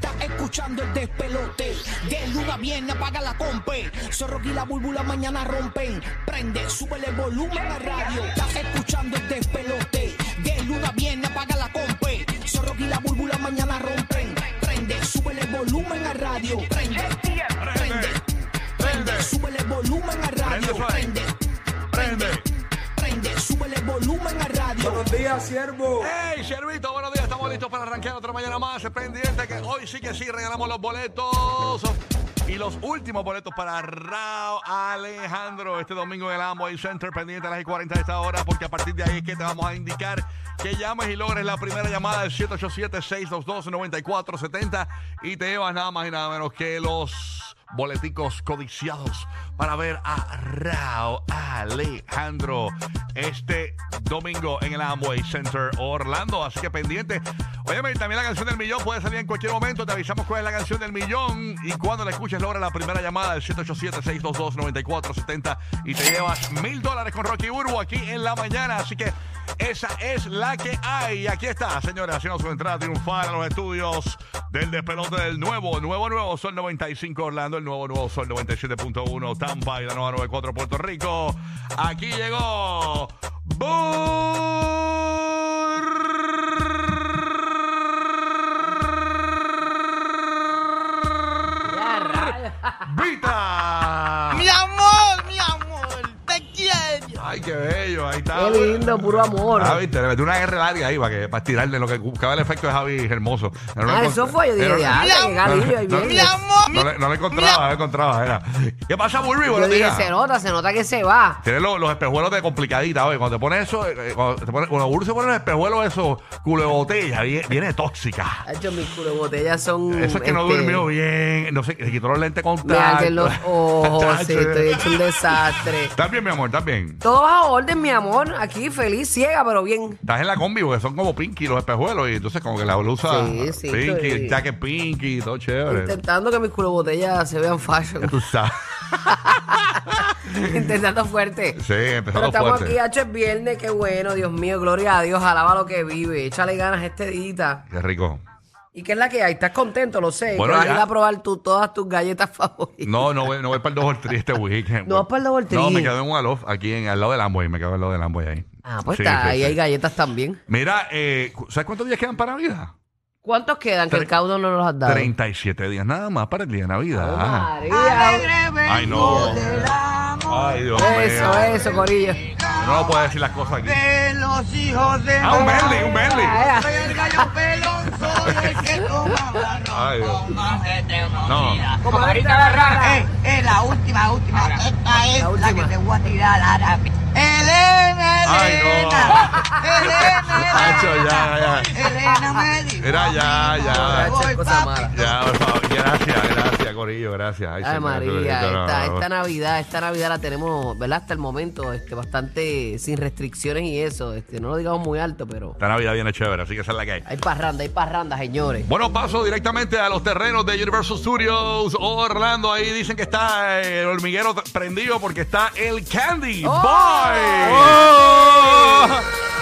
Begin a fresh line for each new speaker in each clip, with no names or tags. Estás escuchando el despelote. De luna a viernes apaga la compe. Zorro y la búlbula mañana rompen. Prende, sube el volumen a radio. Estás escuchando el despelote. De luna a viernes apaga la compe. Zorro y la búlbula mañana rompen. Prende, sube el volumen a radio. Prende, prende, prende, sube el volumen a radio. Prende, prende, prende, sube el volumen a radio.
Buenos días, siervo.
¡Hey, Shervito! Buenos días, estamos listos para arrancar otra mañana más. Pendiente que hoy sí que sí regalamos los boletos. Y los últimos boletos para Rao Alejandro este domingo en el Amway Center, pendiente a las 40 de esta hora, porque a partir de ahí es que te vamos a indicar que llames y logres la primera llamada del 787-622-9470 y te llevas nada más y nada menos que los boleticos codiciados para ver a Rao Alejandro este domingo en el Amway Center Orlando. Así que pendiente. Óyeme, y también la canción del millón puede salir en cualquier momento. Te avisamos cuál es la canción del millón y cuando la escuches logra la primera llamada del 787-622-9470 y te llevas mil dólares con Rocky Burbo aquí en la mañana. Así que esa es la que hay. Aquí está, señores, haciendo su entrada triunfal a los estudios del despelote del nuevo, nuevo, nuevo Sol 95 Orlando, el nuevo, nuevo Sol 97.1 Tampa y la nueva 94 Puerto Rico. Aquí llegó Burvita.
Mi amor, mi amor, te quiero.
Ay, qué bello, ahí está.
Qué lindo, puro amor.
Ah, viste, le metí una R larga ahí para, que, para estirarle lo que buscaba el efecto de Javi hermoso.
Ah, eso fue, yo dije, ya, qué galillo, ahí
no,
viene.
Mi amor, mi-
no le, no le encontraba, no le encontraba, era. ¿Qué pasa, Burby?
Yo
Buenos
dije,
días.
se nota, se nota que se va.
Tienes los, los espejuelos de complicadita, oye. Cuando te pones eso, eh, eh, cuando, te pone, cuando Burby se pone los espejuelos esos, culo de botella, viene, viene tóxica.
Ha hecho mis culo de botellas son.
Eso es que no
este,
durmió bien, no sé, se quitó los lentes de
Me
contacto.
arden los ojos, sí, estoy hecho un desastre.
Estás bien, mi amor, estás bien.
Todo bajo orden, mi amor. Aquí feliz, ciega, pero bien.
Estás en la combi, porque son como Pinky los espejuelos, y entonces como que la blusa
Sí, sí,
Pinky,
estoy-
el jacket Pinky, todo chévere.
Intentando que mis culo de botellas se vean fashion.
Tú sabes.
Intentando fuerte.
Sí,
Pero
empezando
estamos aquí,
fuerte.
hacho, es viernes, qué bueno, Dios mío, gloria a Dios, alaba lo que vive, échale ganas este dita.
Qué rico.
¿Y qué es la que hay? ¿Estás contento? Lo sé.
Bueno,
que vas
ya.
a ir a probar tú todas tus galletas favoritas.
No, no voy, no voy para el Double Tree este weekend.
No vas para el Double Tree.
No, me quedo en un alof aquí en, al lado del Amway. Me quedo al lado del Amway ahí.
Ah, pues
Sí,
está,
sí,
ahí
sí.
hay galletas también.
Mira, eh, cu- ¿sabes cuántos días quedan para Navidad?
¿Cuántos quedan que
Tre-
el caudo no los has dado? Oh,
37 días nada más para el día de Navidad.
María.
Ay, no. Ay, Dios mío.
Eso, eso, Corillo.
No puedo decir las cosas aquí.
De los hijos de
Ah, un Bentley, un Bentley.
Ah,
Soy el gallo pelón, soy el que toma la ropa
Ay, Dios.
más de demoniada.
No.
Comadrita la rara.
Eh, eh, la última, última. Esta es
La
la,
última.
que te voy a tirar ahora. Elena,
Ay, no.
Elena. Elena,
Hacho, ya, ya.
Elena. Elena me dijo.
Mira, ya, ya.
Voy,
Cosa
papi.
mala.
Ya, por favor. Gracias, gracias, Corillo, gracias. Ay,
Ay,
señor,
María,
Jesucristo, no,
esta,
no.
esta Navidad, esta Navidad la tenemos, ¿verdad? Hasta el momento, este, bastante sin restricciones y eso. Este, no lo digamos muy alto, pero
Esta Navidad viene chévere, así que esa es la que hay.
hay parranda, hay parranda, señores.
Bueno, paso directamente a los terrenos de Universal Studios Orlando. Ahí dicen que está eh, el hormiguero t- prendido porque está el Candy
¡Oh!
Boy.
Oh.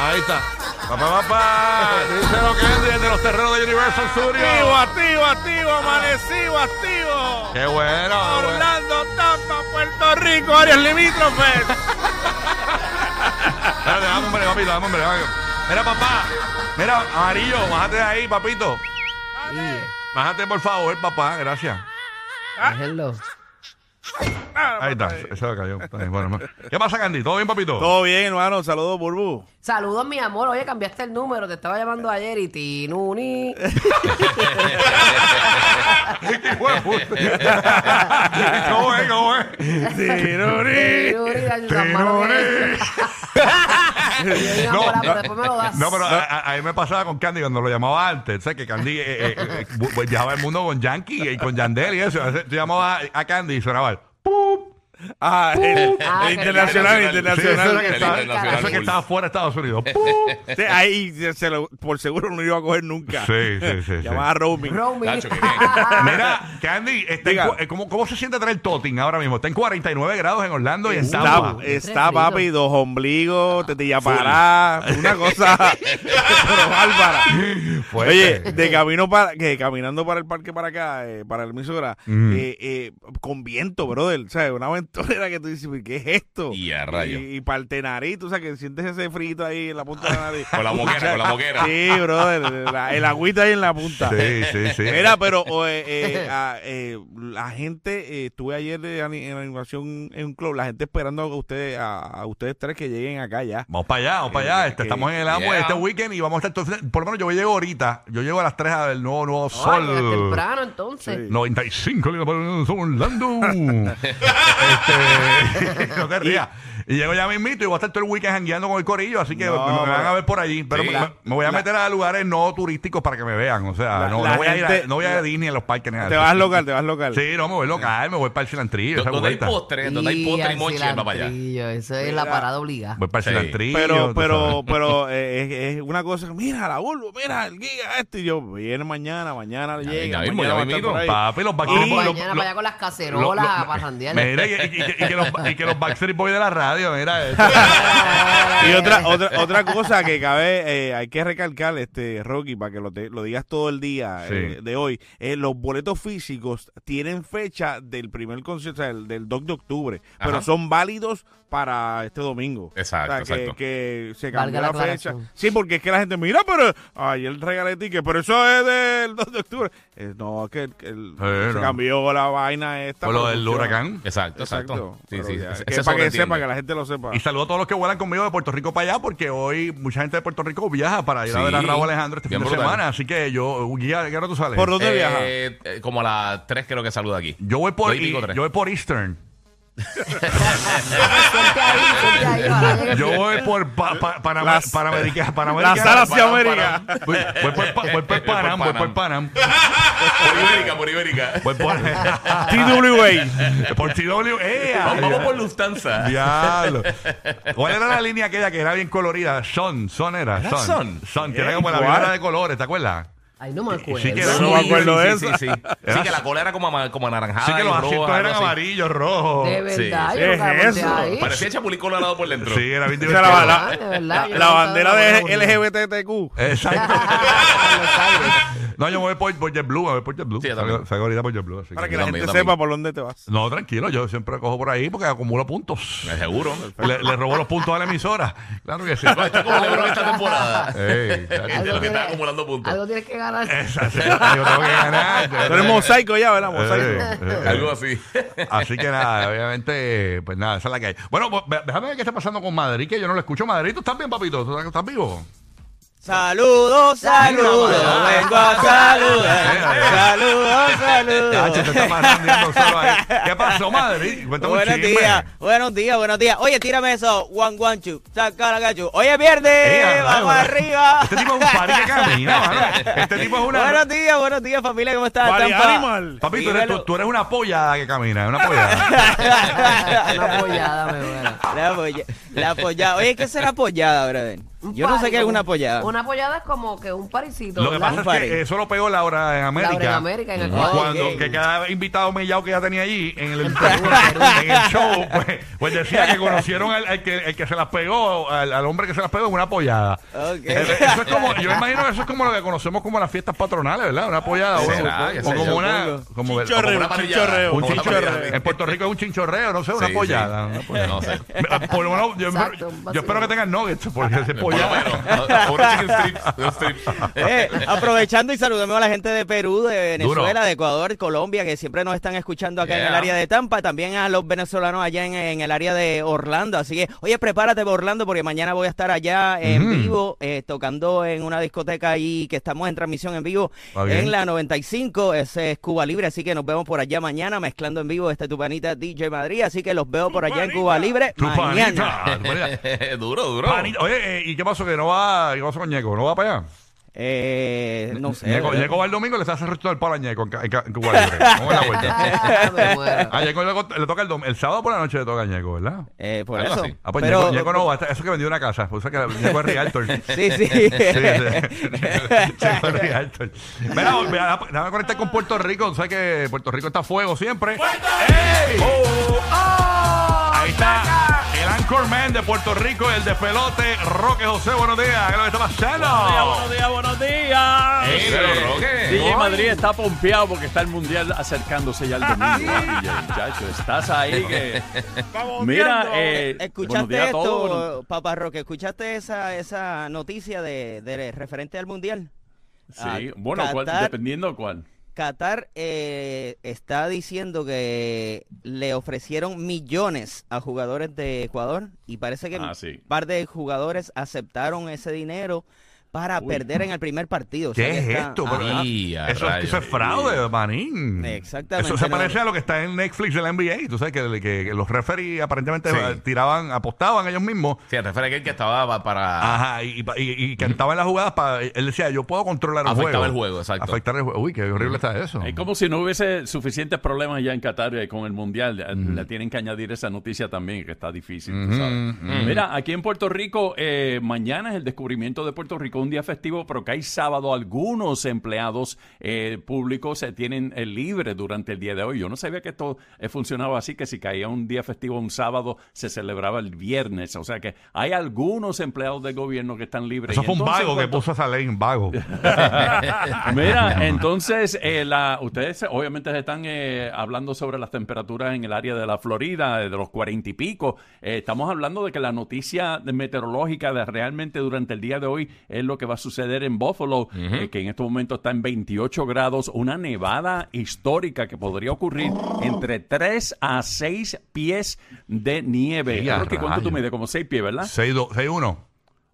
Ahí está. Papá, papá. Díselo, Candy, el de los terrenos de Universal
Ah, Activo,
Studios.
activo, activo, amanecido, activo.
Qué bueno. bueno.
Orlando, Tampa, Puerto Rico, áreas limítrofes.
Espérate, dame, hombre, papito, dame, hombre. dame. Mira, papá. Mira, amarillo, bájate de ahí, papito.
Y,
Bájate, por favor, papá. Gracias.
déjenlo. Ah,
Ahí está. Eso cayó. Está bien, bueno. ¿Qué pasa, Candy? ¿Todo bien, papito?
Todo bien, hermano. Saludos, Burbu.
Saludos, mi amor. Oye, cambiaste el número, te estaba llamando ayer y tinuni.
Hijo de puta. pues, ¿Cómo es? ¿Cómo es?
Tiruri.
Tinuni, ay, sus manos. este. yo
No,
no, pero
no,
después me lo das.
No, pero a, a- a mí me pasaba con Candy cuando lo llamaba antes. ¿Sabes que Candy eh, eh, eh, bu- bu- viajaba el mundo con Yankee y con Yandel y eso? Yo llamaba a Candy y sonaba el ¡pum!
Ah, el,
Ah,
el
que
internacional,
el
Sí, eso era que
internacional.
el
estaba, eso
internacional
es que
full.
estaba fuera de Estados Unidos. ¡Pum!
Sí, ahí se- se lo- por seguro no iba a coger nunca.
Sí, sí, sí. sí.
Llamaba a Romy.
Romy.
Nacho, qué bien.
Mira, Candy, está en
Diga.
cu- eh, ¿cómo, ¿cómo se siente traer el Totin ahora mismo? Está en 49 grados en Orlando y en
Está,
Tampa.
está
Refrito.
papi, dos ombligos, tetilla pará, una cosa pero bárbara.
Fuerte.
Oye, de camino para, que caminando para el parque para acá, eh, para el emisora,
Mm.
eh, eh, con viento, brother, o sea, una aventurera que tú dices, "Pero, ¿qué es esto?
Y a rayo.
Y, y para el tenarito, o sea, que sientes ese frito ahí en la punta de la nariz.
Con la moquera, con la moquera.
Sí, brother, la- el agüita ahí en la punta.
Sí, sí, sí.
Mira, pero o, eh, eh, a- eh, la gente, eh, estuve ayer de ani- en animación en un club, la gente esperando a ustedes, a, a ustedes tres que lleguen acá ya.
Vamos para allá, vamos para allá. Este,
que-
estamos en el Amway
Yeah.
este weekend y vamos a estar todo el fin- Por lo menos yo llego ahorita. Yo llego a las 3 del nuevo, nuevo
Ay, llegas
sol.
temprano entonces.
95 libras para el sol Orlando. Este, no te rías. Y llego ya mismito y voy a estar todo el weekend jangueando con el corillo, así que
No,
me, me van
pero-
a ver por allí. Pero
Sí.
me, me voy a meter a lugares no turísticos para que me vean. O sea,
La-
no,
la
no voy a ir a,
gente-
no voy a ir a Disney en los parques. ni nada
Te
de
vas
eso.
local, te vas local.
Sí, no, me voy local, me voy para el cilantrillo. esa
Donde hay
vuelta.
postre, donde hay postre y mochi, él va para allá.
Eso es la
Mira.
parada obligada.
Voy para el
Sí.
cilantrillo.
Pero,
tú
pero,
sabes.
pero eh, es, es una cosa, mira la Bulbo, mira el Giga, este, y yo, viene mañana, mañana
Ya
llega,
mismo,
mañana
ya
va a estar
mismo.
por ahí.
Papi, los
Vamos
vaqueros.
mañana para allá con las
Lo-
cacerolas
lo-
a parrandear.
Mira, y, y- y- y que los, y que los Backstreet Boys de la radio, mira. este, esto.
Y otra, otra, otra cosa que cabe, eh, hay que recalcar, este, Rocky, para que lo, te- lo digas todo el día
Sí.
eh, de hoy, eh, los boletos físicos tienen fecha del primer concierto, o sea, del, del 2 de octubre,
Ajá.
pero son válidos para este domingo.
Exacto,
O sea, que,
exacto.
que se
Valga
cambió
la
la, fecha.
aclaración.
Sí, porque es que la gente mira, pero ayer regalé ticket, pero eso es del 2 de octubre. Eh, no, que, el- que el-
Sí,
se
no.
cambió la vaina esta.
Por lo
pero
del
funciona.
huracán.
Exacto,
Exacto.
exacto. Sí,
Pero
sí.
ya,
ese- ese
que para que
sobreentiende.
sepa, que la gente lo sepa.
Y saludo a todos los que vuelan conmigo de Puerto Rico para allá, porque hoy mucha gente de Puerto Rico viaja para ir a
Sí.
ver a Raúl Alejandro este
Bien
fin de
brutal.
semana. Así que yo, guía, ¿qué hora tú sales?
¿Por dónde
Eh,
viaja?
eh, como a las 3 creo que saluda aquí.
yo voy por
Dos y pico, tres.
yo voy por Eastern.
Ponte ahí, ponte ahí, ojalá llegue
Yo voy por pa, pa- Panamá-
Las-
Panamerica- Panamerica-
La sala hacia
Panam,
América.
Voy, voy por, pa- voy por Panam, voy por Panam.
Por Ibérica, por Ibérica.
Voy por,
TWA.
por TW. ¡eh!
Vamos, vamos por Lufthansa.
Diablo. ¿Cuál era la línea aquella que era bien colorida? Son, son era.
¿Era
Son. Son,
Son?
que era como la
¿Cuál?
vibra de colores, ¿te acuerdas?
Ay, no me acuerdo.
Sí, que era-
Sí,
no me acuerdo
sí,
de
sí,
esa.
Sí, sí. Sí, que la cola era como, ama- como anaranjada.
Sí que los
y roja,
asientos eran
algo así.
amarillos, rojos.
De
Sí,
verdad,
sí.
yo nunca
¿Qué es
ponte
eso?
ahí.
Parecía chapulín colorado por dentro.
Sí, era bien
O sea,
divertido.
la,
Ah, de verdad,
la, la-
yo
la
no
bandera
estaba
de
enamorado.
LGBTQ.
Exacto. no, yo me voy por, por JetBlue, me voy por JetBlue.
Sí, yo
salgo,
también.
salgo ahorita por JetBlue. así
Para
que-
que la
también, yo
gente
también.
sepa por dónde te vas.
No, tranquilo, yo siempre cojo por ahí porque acumulo puntos.
Eh, Seguro.
Le, le robo los puntos a la emisora. Claro que sí.
No, está como LeBron esta temporada.
Ey,
Es de
chacho.
lo que está acumulando puntos.
Algo tienes que ganar.
Esa- esa- yo tengo que
Ah,
ganar.
Tú eres mosaico ya, ¿verdad?
Eh,
Mosaico.
eh, eh.
Algo así.
Así que nada, obviamente, pues nada, esa es la que hay. Bueno, pues, ve- déjame ver qué está pasando con Madrid, que yo no lo escucho. Madrid, ¿tú estás bien, papito? ¿Tú estás- estás vivo?
Saludos, saludos, vengo a
Ah,
saludar. Saludos,
Tacho, te
saludos.
estás marandeando solo ahí. ¿Qué pasó, Madrid? Cuéntame un
Buenos
chisme.
días, buenos días, buenos días. Oye, tírame eso, Juan Guanchu, saca la gachu. Oye,
Eh,
pierde,
a
vamos
rayos,
arriba.
Este tipo es un pari que camina, mano. Este tipo es una...
Buenos días, buenos días, familia, ¿cómo estás?
Vale,
Tampa?
animal.
Papi, tú eres, tú,
Dímelo.
tú eres una pollada que camina, una pollada.
Una pollada, me duele.
La polla- la pollada. Oye, ¿qué será pollada, brother?
Un
Yo no sé
party,
qué es
como-
una pollada.
Una pollada es como que un parisito.
Lo que
¿verdad?
pasa es
pari.
que eso lo pegó Laura en América.
Laura en América, en el
Cuando
Ok.
que cada invitado mellado que ella tenía allí en el, en el show, pues, pues decía que conocieron al, al que, el que se las pegó, al, al hombre que se las pegó en una pollada.
Ok.
Eh,
Eso es como, yo imagino que eso es como lo que conocemos como las fiestas patronales, ¿verdad? Una pollada o,
¿Será?
o-
Qué
o
sé
como
yo,
una
supongo.
como,
Chorreo,
Como una parrillada.
chinchorreo.
como un
Como una
chinchorreo.
parrillada.
En Puerto Rico es un chinchorreo, no sé, una
Sí, sí.
pollada. una pollada.
No sé.
Por lo menos, yo,
Exacto, un
yo espero que tengan nuggets, porque si es
Me
tiempo
Por lo
ya.
menos. A- a Unos chicken strips. Unos strips.
Pues Eh, aprovechando y saludemos a la gente de Perú, de Venezuela,
Duro.
de Ecuador, Colombia, que siempre nos están escuchando acá en el
Yeah.
área de Tampa, también a los venezolanos allá en, en el área de Orlando. Así que, oye, prepárate para Orlando porque mañana voy a estar allá en vivo, eh, tocando en una discoteca ahí que estamos en transmisión en vivo
Va bien.
en la 95, ese es Cuba Libre, así que nos vemos por allá mañana mezclando en vivo este tu panita DJ Madrid, así que los veo por allá en Cuba Libre
Tu
mañana.
panita. tu panita.
duro, duro.
Panita. Oye, eh, ¿y qué pasó? ¿Que no va, ¿Qué pasó con Ñeco? ¿No va para allá?
Eh, no sé.
Ñeco,
¿verdad?
Ñeco va el domingo y le está haciendo el palo a Ñeco en, ca- en ca- en Cuba Libre. Vamos a la vuelta.
Ah, me muero.
A Ñeco le, le toca el, dom- el sábado por la noche, le toca a Ñeco, ¿verdad?
Eh, por
Algo
eso.
así.
Ah, pues
Pero-
Ñeco, Ñeco no va. Eso que vendió una casa. O sea que Ñeco es realtor.
Sí, sí.
Chico Rialto. Mira, mira, déjame conectar con Puerto Rico. Sabes que Puerto Rico está a fuego siempre. ¡Ey! Ahí está el anchorman de Puerto Rico, el de pelote, Roque José. Buenos días. ¿Qué es lo que está pasando?
Buenos días, buenos días.
Ey, pero Roque.
DJ Madrid está pompeado porque está el mundial acercándose ya al domingo. DJ, muchacho, estás ahí que. Mira, eh, buenos
¿Escuchaste
días a
esto,
todos.
papá Roque? ¿Escuchaste esa, esa noticia de, de referente al Mundial?
Sí,
Ah,
bueno, cuál-
Qatar-
dependiendo cuál.
Qatar eh, está diciendo que le ofrecieron millones a jugadores de Ecuador y parece que
Ah, sí.
un par de jugadores aceptaron ese dinero para
Uy.
perder en el primer partido. O sea,
¿Qué
que
es
está-
esto?
Ajá.
Pero,
Ay,
ah,
a
eso, es-
rayos.
eso es fraude, manín.
Exactamente,
Eso se
no.
parece a lo que está en Netflix del NBA. Tú sabes que, que los referees aparentemente ah,
Sí.
tiraban, apostaban ellos mismos
Sí, el referee aquel que estaba pa- para.
Ajá, y, y- y- y cantaba en las jugadas para. Él decía, yo puedo controlar el
Afectaba
juego.
el juego, exacto.
Afectar el juego. Uy, qué horrible está eso.
Es Eh, como si no hubiese suficientes problemas ya en Qatar eh, con el Mundial. Eh, Le tienen que añadir esa noticia también, que está difícil, tú sabes. Mira, aquí en Puerto Rico, eh, mañana es el descubrimiento de Puerto Rico, un día festivo, pero que hay sábado algunos empleados eh, públicos se tienen eh, libre durante el día de hoy. Yo no sabía que esto eh, funcionaba así, que si caía un día festivo un sábado, se celebraba el viernes. O sea que hay algunos empleados del gobierno que están libres.
Eso
Y
fue un
entonces,
vago que
Puerto-
puso esa ley, un vago.
Mira, entonces, eh, la, ustedes eh, obviamente están eh, hablando sobre las temperaturas en el área de la Florida, eh, de los cuarenta y pico. Eh, estamos hablando de que la noticia de- meteorológica de realmente durante el día de hoy es lo que va a suceder en Buffalo, eh, que en este momento está en 28 grados, una nevada histórica que podría ocurrir entre 3 a 6 pies de nieve.
¡Ya
Rocky, ¿Cuánto tú
rayos!
mides? Como 6 pies, ¿verdad?
6-1.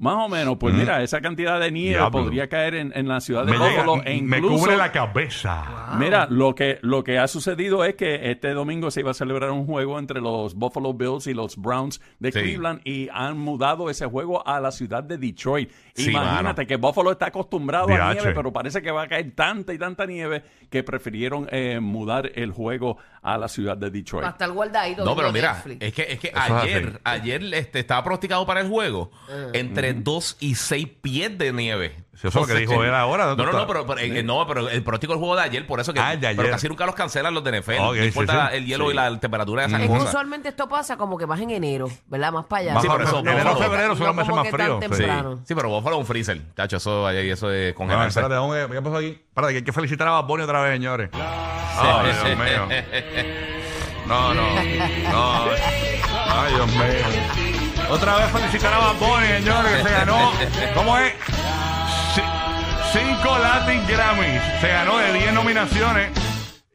Más o menos, pues mira, esa cantidad de nieve
Diablo.
podría caer en, en la ciudad de
Me, llega-
Buffalo e
me
incluso-
cubre la cabeza.
Ah.
Mira, lo que, lo que ha sucedido es que este domingo se iba a celebrar un juego entre los Buffalo Bills y los Browns de
Sí.
Cleveland y han mudado ese juego a la ciudad de Detroit.
Sí,
Imagínate
mano.
que Buffalo está acostumbrado a
Diache.
nieve, pero parece que va a caer tanta y tanta nieve que prefirieron eh, mudar el juego a la ciudad de Detroit.
Va a estar guardadito.
Pues. No, pero
viendo
mira,
Netflix.
es que, es que
Eso es
ayer, ayer este, estaba pronosticado para el juego
Eh.
entre 2 y 6 pies de nieve.
Sí, eso es lo que
Entonces,
dijo él ahora, ¿no?
No, no,
Tú
no,
estás-
pero, pero, eh, no, pero el pronóstico del juego de ayer, por eso que.
Ah, el de
Pero
ayer.
casi nunca los cancelan los de NFL.
Ok,
no
sí,
importa
sí.
la- el hielo y la temperatura de esas
Es que
cosas.
usualmente esto pasa como que más en enero, ¿verdad? Más para allá.
Más
Sí,
para-
por eso,
enero,
Buffalo.
febrero son los
No
meses
como
más
que tan
fríos.
Sí.
Sí.
temprano.
Sí, pero Buffalo es un freezer, chacho, eso, ahí- eso es
No,
congelarse.
espérate, déjame ver, ¿qué pasó aquí? Espérate, que hay que felicitar a Bad Bunny otra vez, señores. Ay, Dios mío. No, no. No. Ay, Dios mío. Otra vez felicitar a Bad Bunny, señores, que se ganó. ¿Cómo es? Ci- cinco Latin Grammys. Se ganó de 10 nominaciones.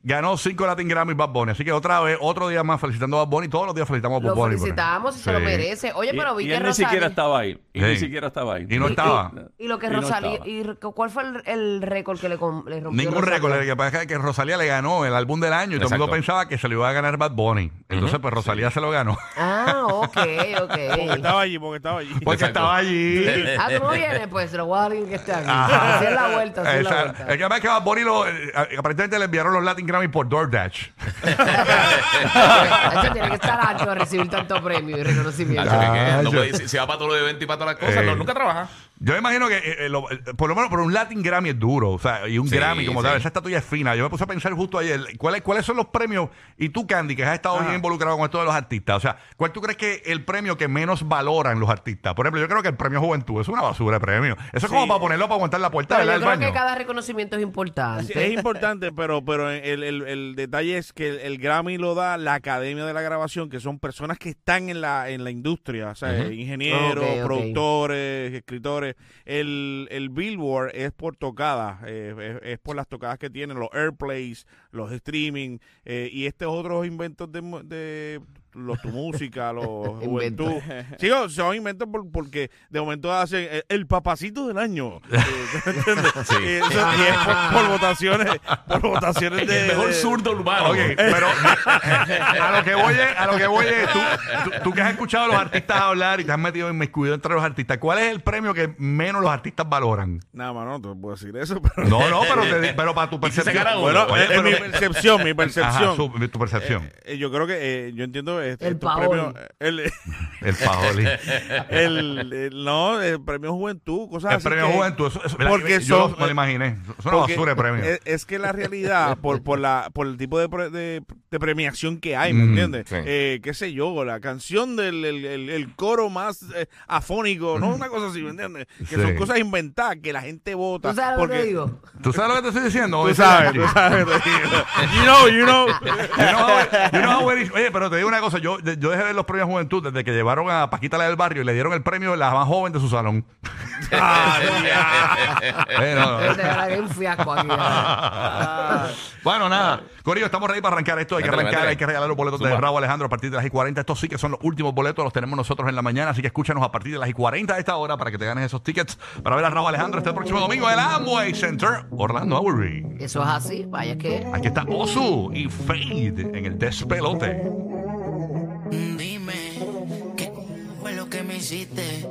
Ganó cinco Latin Grammys Bad Bunny. Así que otra vez, otro día más felicitando a Bad Bunny. Todos los días felicitamos a Bad
Lo
Bunny.
felicitamos y se lo
Sí.
merece. Oye,
Y-
pero vi
y
que
él ni siquiera
Rosalía.
estaba ahí. Y ni
Sí.
siquiera estaba ahí.
Y no estaba.
Y lo que
Y no
Rosalía.
estaba.
y, ¿Cuál fue el, el récord que le, com- le rompió?
Ningún
Rosalía?
récord. Lo que pasa es que Rosalía le ganó el álbum del año y todo el mundo
Exacto.
pensaba que se lo iba a ganar Bad Bunny. Entonces, pues Rosalía se lo ganó.
Ah, ok,
Porque
ok.
estaba allí, porque estaba allí.
Porque
Exacto.
estaba allí.
Ah, tú no vienes, pues se lo voy a dar a alguien que esté aquí.
Ajá.
Así es la vuelta, así es la
Esa-
vuelta.
El que pasa es que Bad Bunny lo, eh, aparentemente le enviaron los Latin Grammy por DoorDash.
Esto tiene que estar ancho a recibir tanto premio y reconocimiento.
Chacho, que- que no
Chacho.
puede- si, si va para todos los eventos y para todas las cosas,
Eh.
no, nunca trabaja.
Yo me imagino que, eh, eh, lo- eh, por lo menos, por un Latin Grammy es duro, o sea, y un
Sí,
Grammy como
sí.
tal, esa estatua es fina. Yo me puse a pensar justo ayer, ¿cuáles, cuáles son los premios? Y tú, Candy, que has estado bien involucrado con esto de los artistas, o sea, ¿cuál tú crees que es el premio que menos valoran los artistas? Por ejemplo, yo creo que el premio Juventud es una basura de premio. Eso es como para ponerlo para aguantar la puerta,
Pero
¿verdad?
yo
del
creo
baño.
que cada reconocimiento es importante.
Es importante, pero, pero el, el- el detalle es que el, el Grammy lo da la Academia de la Grabación, que son personas que están en la, en la industria, o sea, ingenieros,
Ok, ok.
productores, escritores. El, el Billboard es por tocadas, eh, es, es por las tocadas que tienen, los airplays, los streaming, eh, y estos otros inventos de, mu- de los tu música, los
Inventos.
juventud. Sí, o- son inventos por- porque de momento hacen eh, el papacito del año. Eh, ¿tú entiendes? Eh, eso- y es por, por votaciones, por votaciones de.
el mejor
de-
zurdo urbano.
Ok, pero a lo que voy es, a lo que voy es, tú, tú- tú que has escuchado a los artistas hablar y te has metido en entre los artistas, ¿cuál es el premio que menos los artistas valoran?
Nada, mano, no te puedo decir eso, pero.
No, no, pero, te- pero para tu percepción.
sacar a uno.
Bueno,
Bueno,
oye,
es
pero-
mi percepción, mi percepción.
Ajá, su- tu percepción.
Eh, yo creo que, eh, yo entiendo. Este,
El
estos
Paoli.
premios- el,
el Pajoli.
el- el- no, el premio Juventud, cosas
El
así.
premio
que-
Juventud. Eso, eso- ¿verdad?
porque
yo
son-
lo- me lo imaginé. Es una
Porque eh,
basura de premio.
Es, es que la realidad, por, por, la, por el tipo de, pre- de- de premiación que hay, ¿me
Mm,
entiendes?
sí.
Eh, ¿Qué sé yo? La canción del el, el- el coro más eh, afónico, ¿no? Una cosa así, ¿me entiendes? Que
Sí.
son cosas inventadas que la gente vota.
¿Tú sabes
porque,
lo que digo?
¿Tú sabes lo que te estoy diciendo?
Tú
Oye,
sabes,
Angie.
tú sabes. lo que digo. You know, you know.
Yo no, yo no hago ver- Oye, pero te digo una cosa. Yo, yo dejé de ver los premios Juventud desde que llevaron a Paquita la del barrio y le dieron el premio de la más joven de su salón.
Ah,
Eh, no, no.
Pero te dará bien fiasco aquí. ¿verdad?
bueno, nada. Corillo, estamos ready para arrancar esto. Hay que
Métele,
arrancar,
métele.
hay que regalar los boletos de
Zumba.
Raúl Alejandro a partir de las y 40. Estos sí que son los últimos boletos, los tenemos nosotros en la mañana. Así que escúchanos a partir de las y 40 de esta hora para que te ganes esos tickets para ver a Raúl Alejandro este próximo domingo en el Amway Center, Orlando Aury.
Eso es así, vaya que.
Aquí está Osu y Fade en el despelote.
Dime, ¿qué fue lo que me hiciste?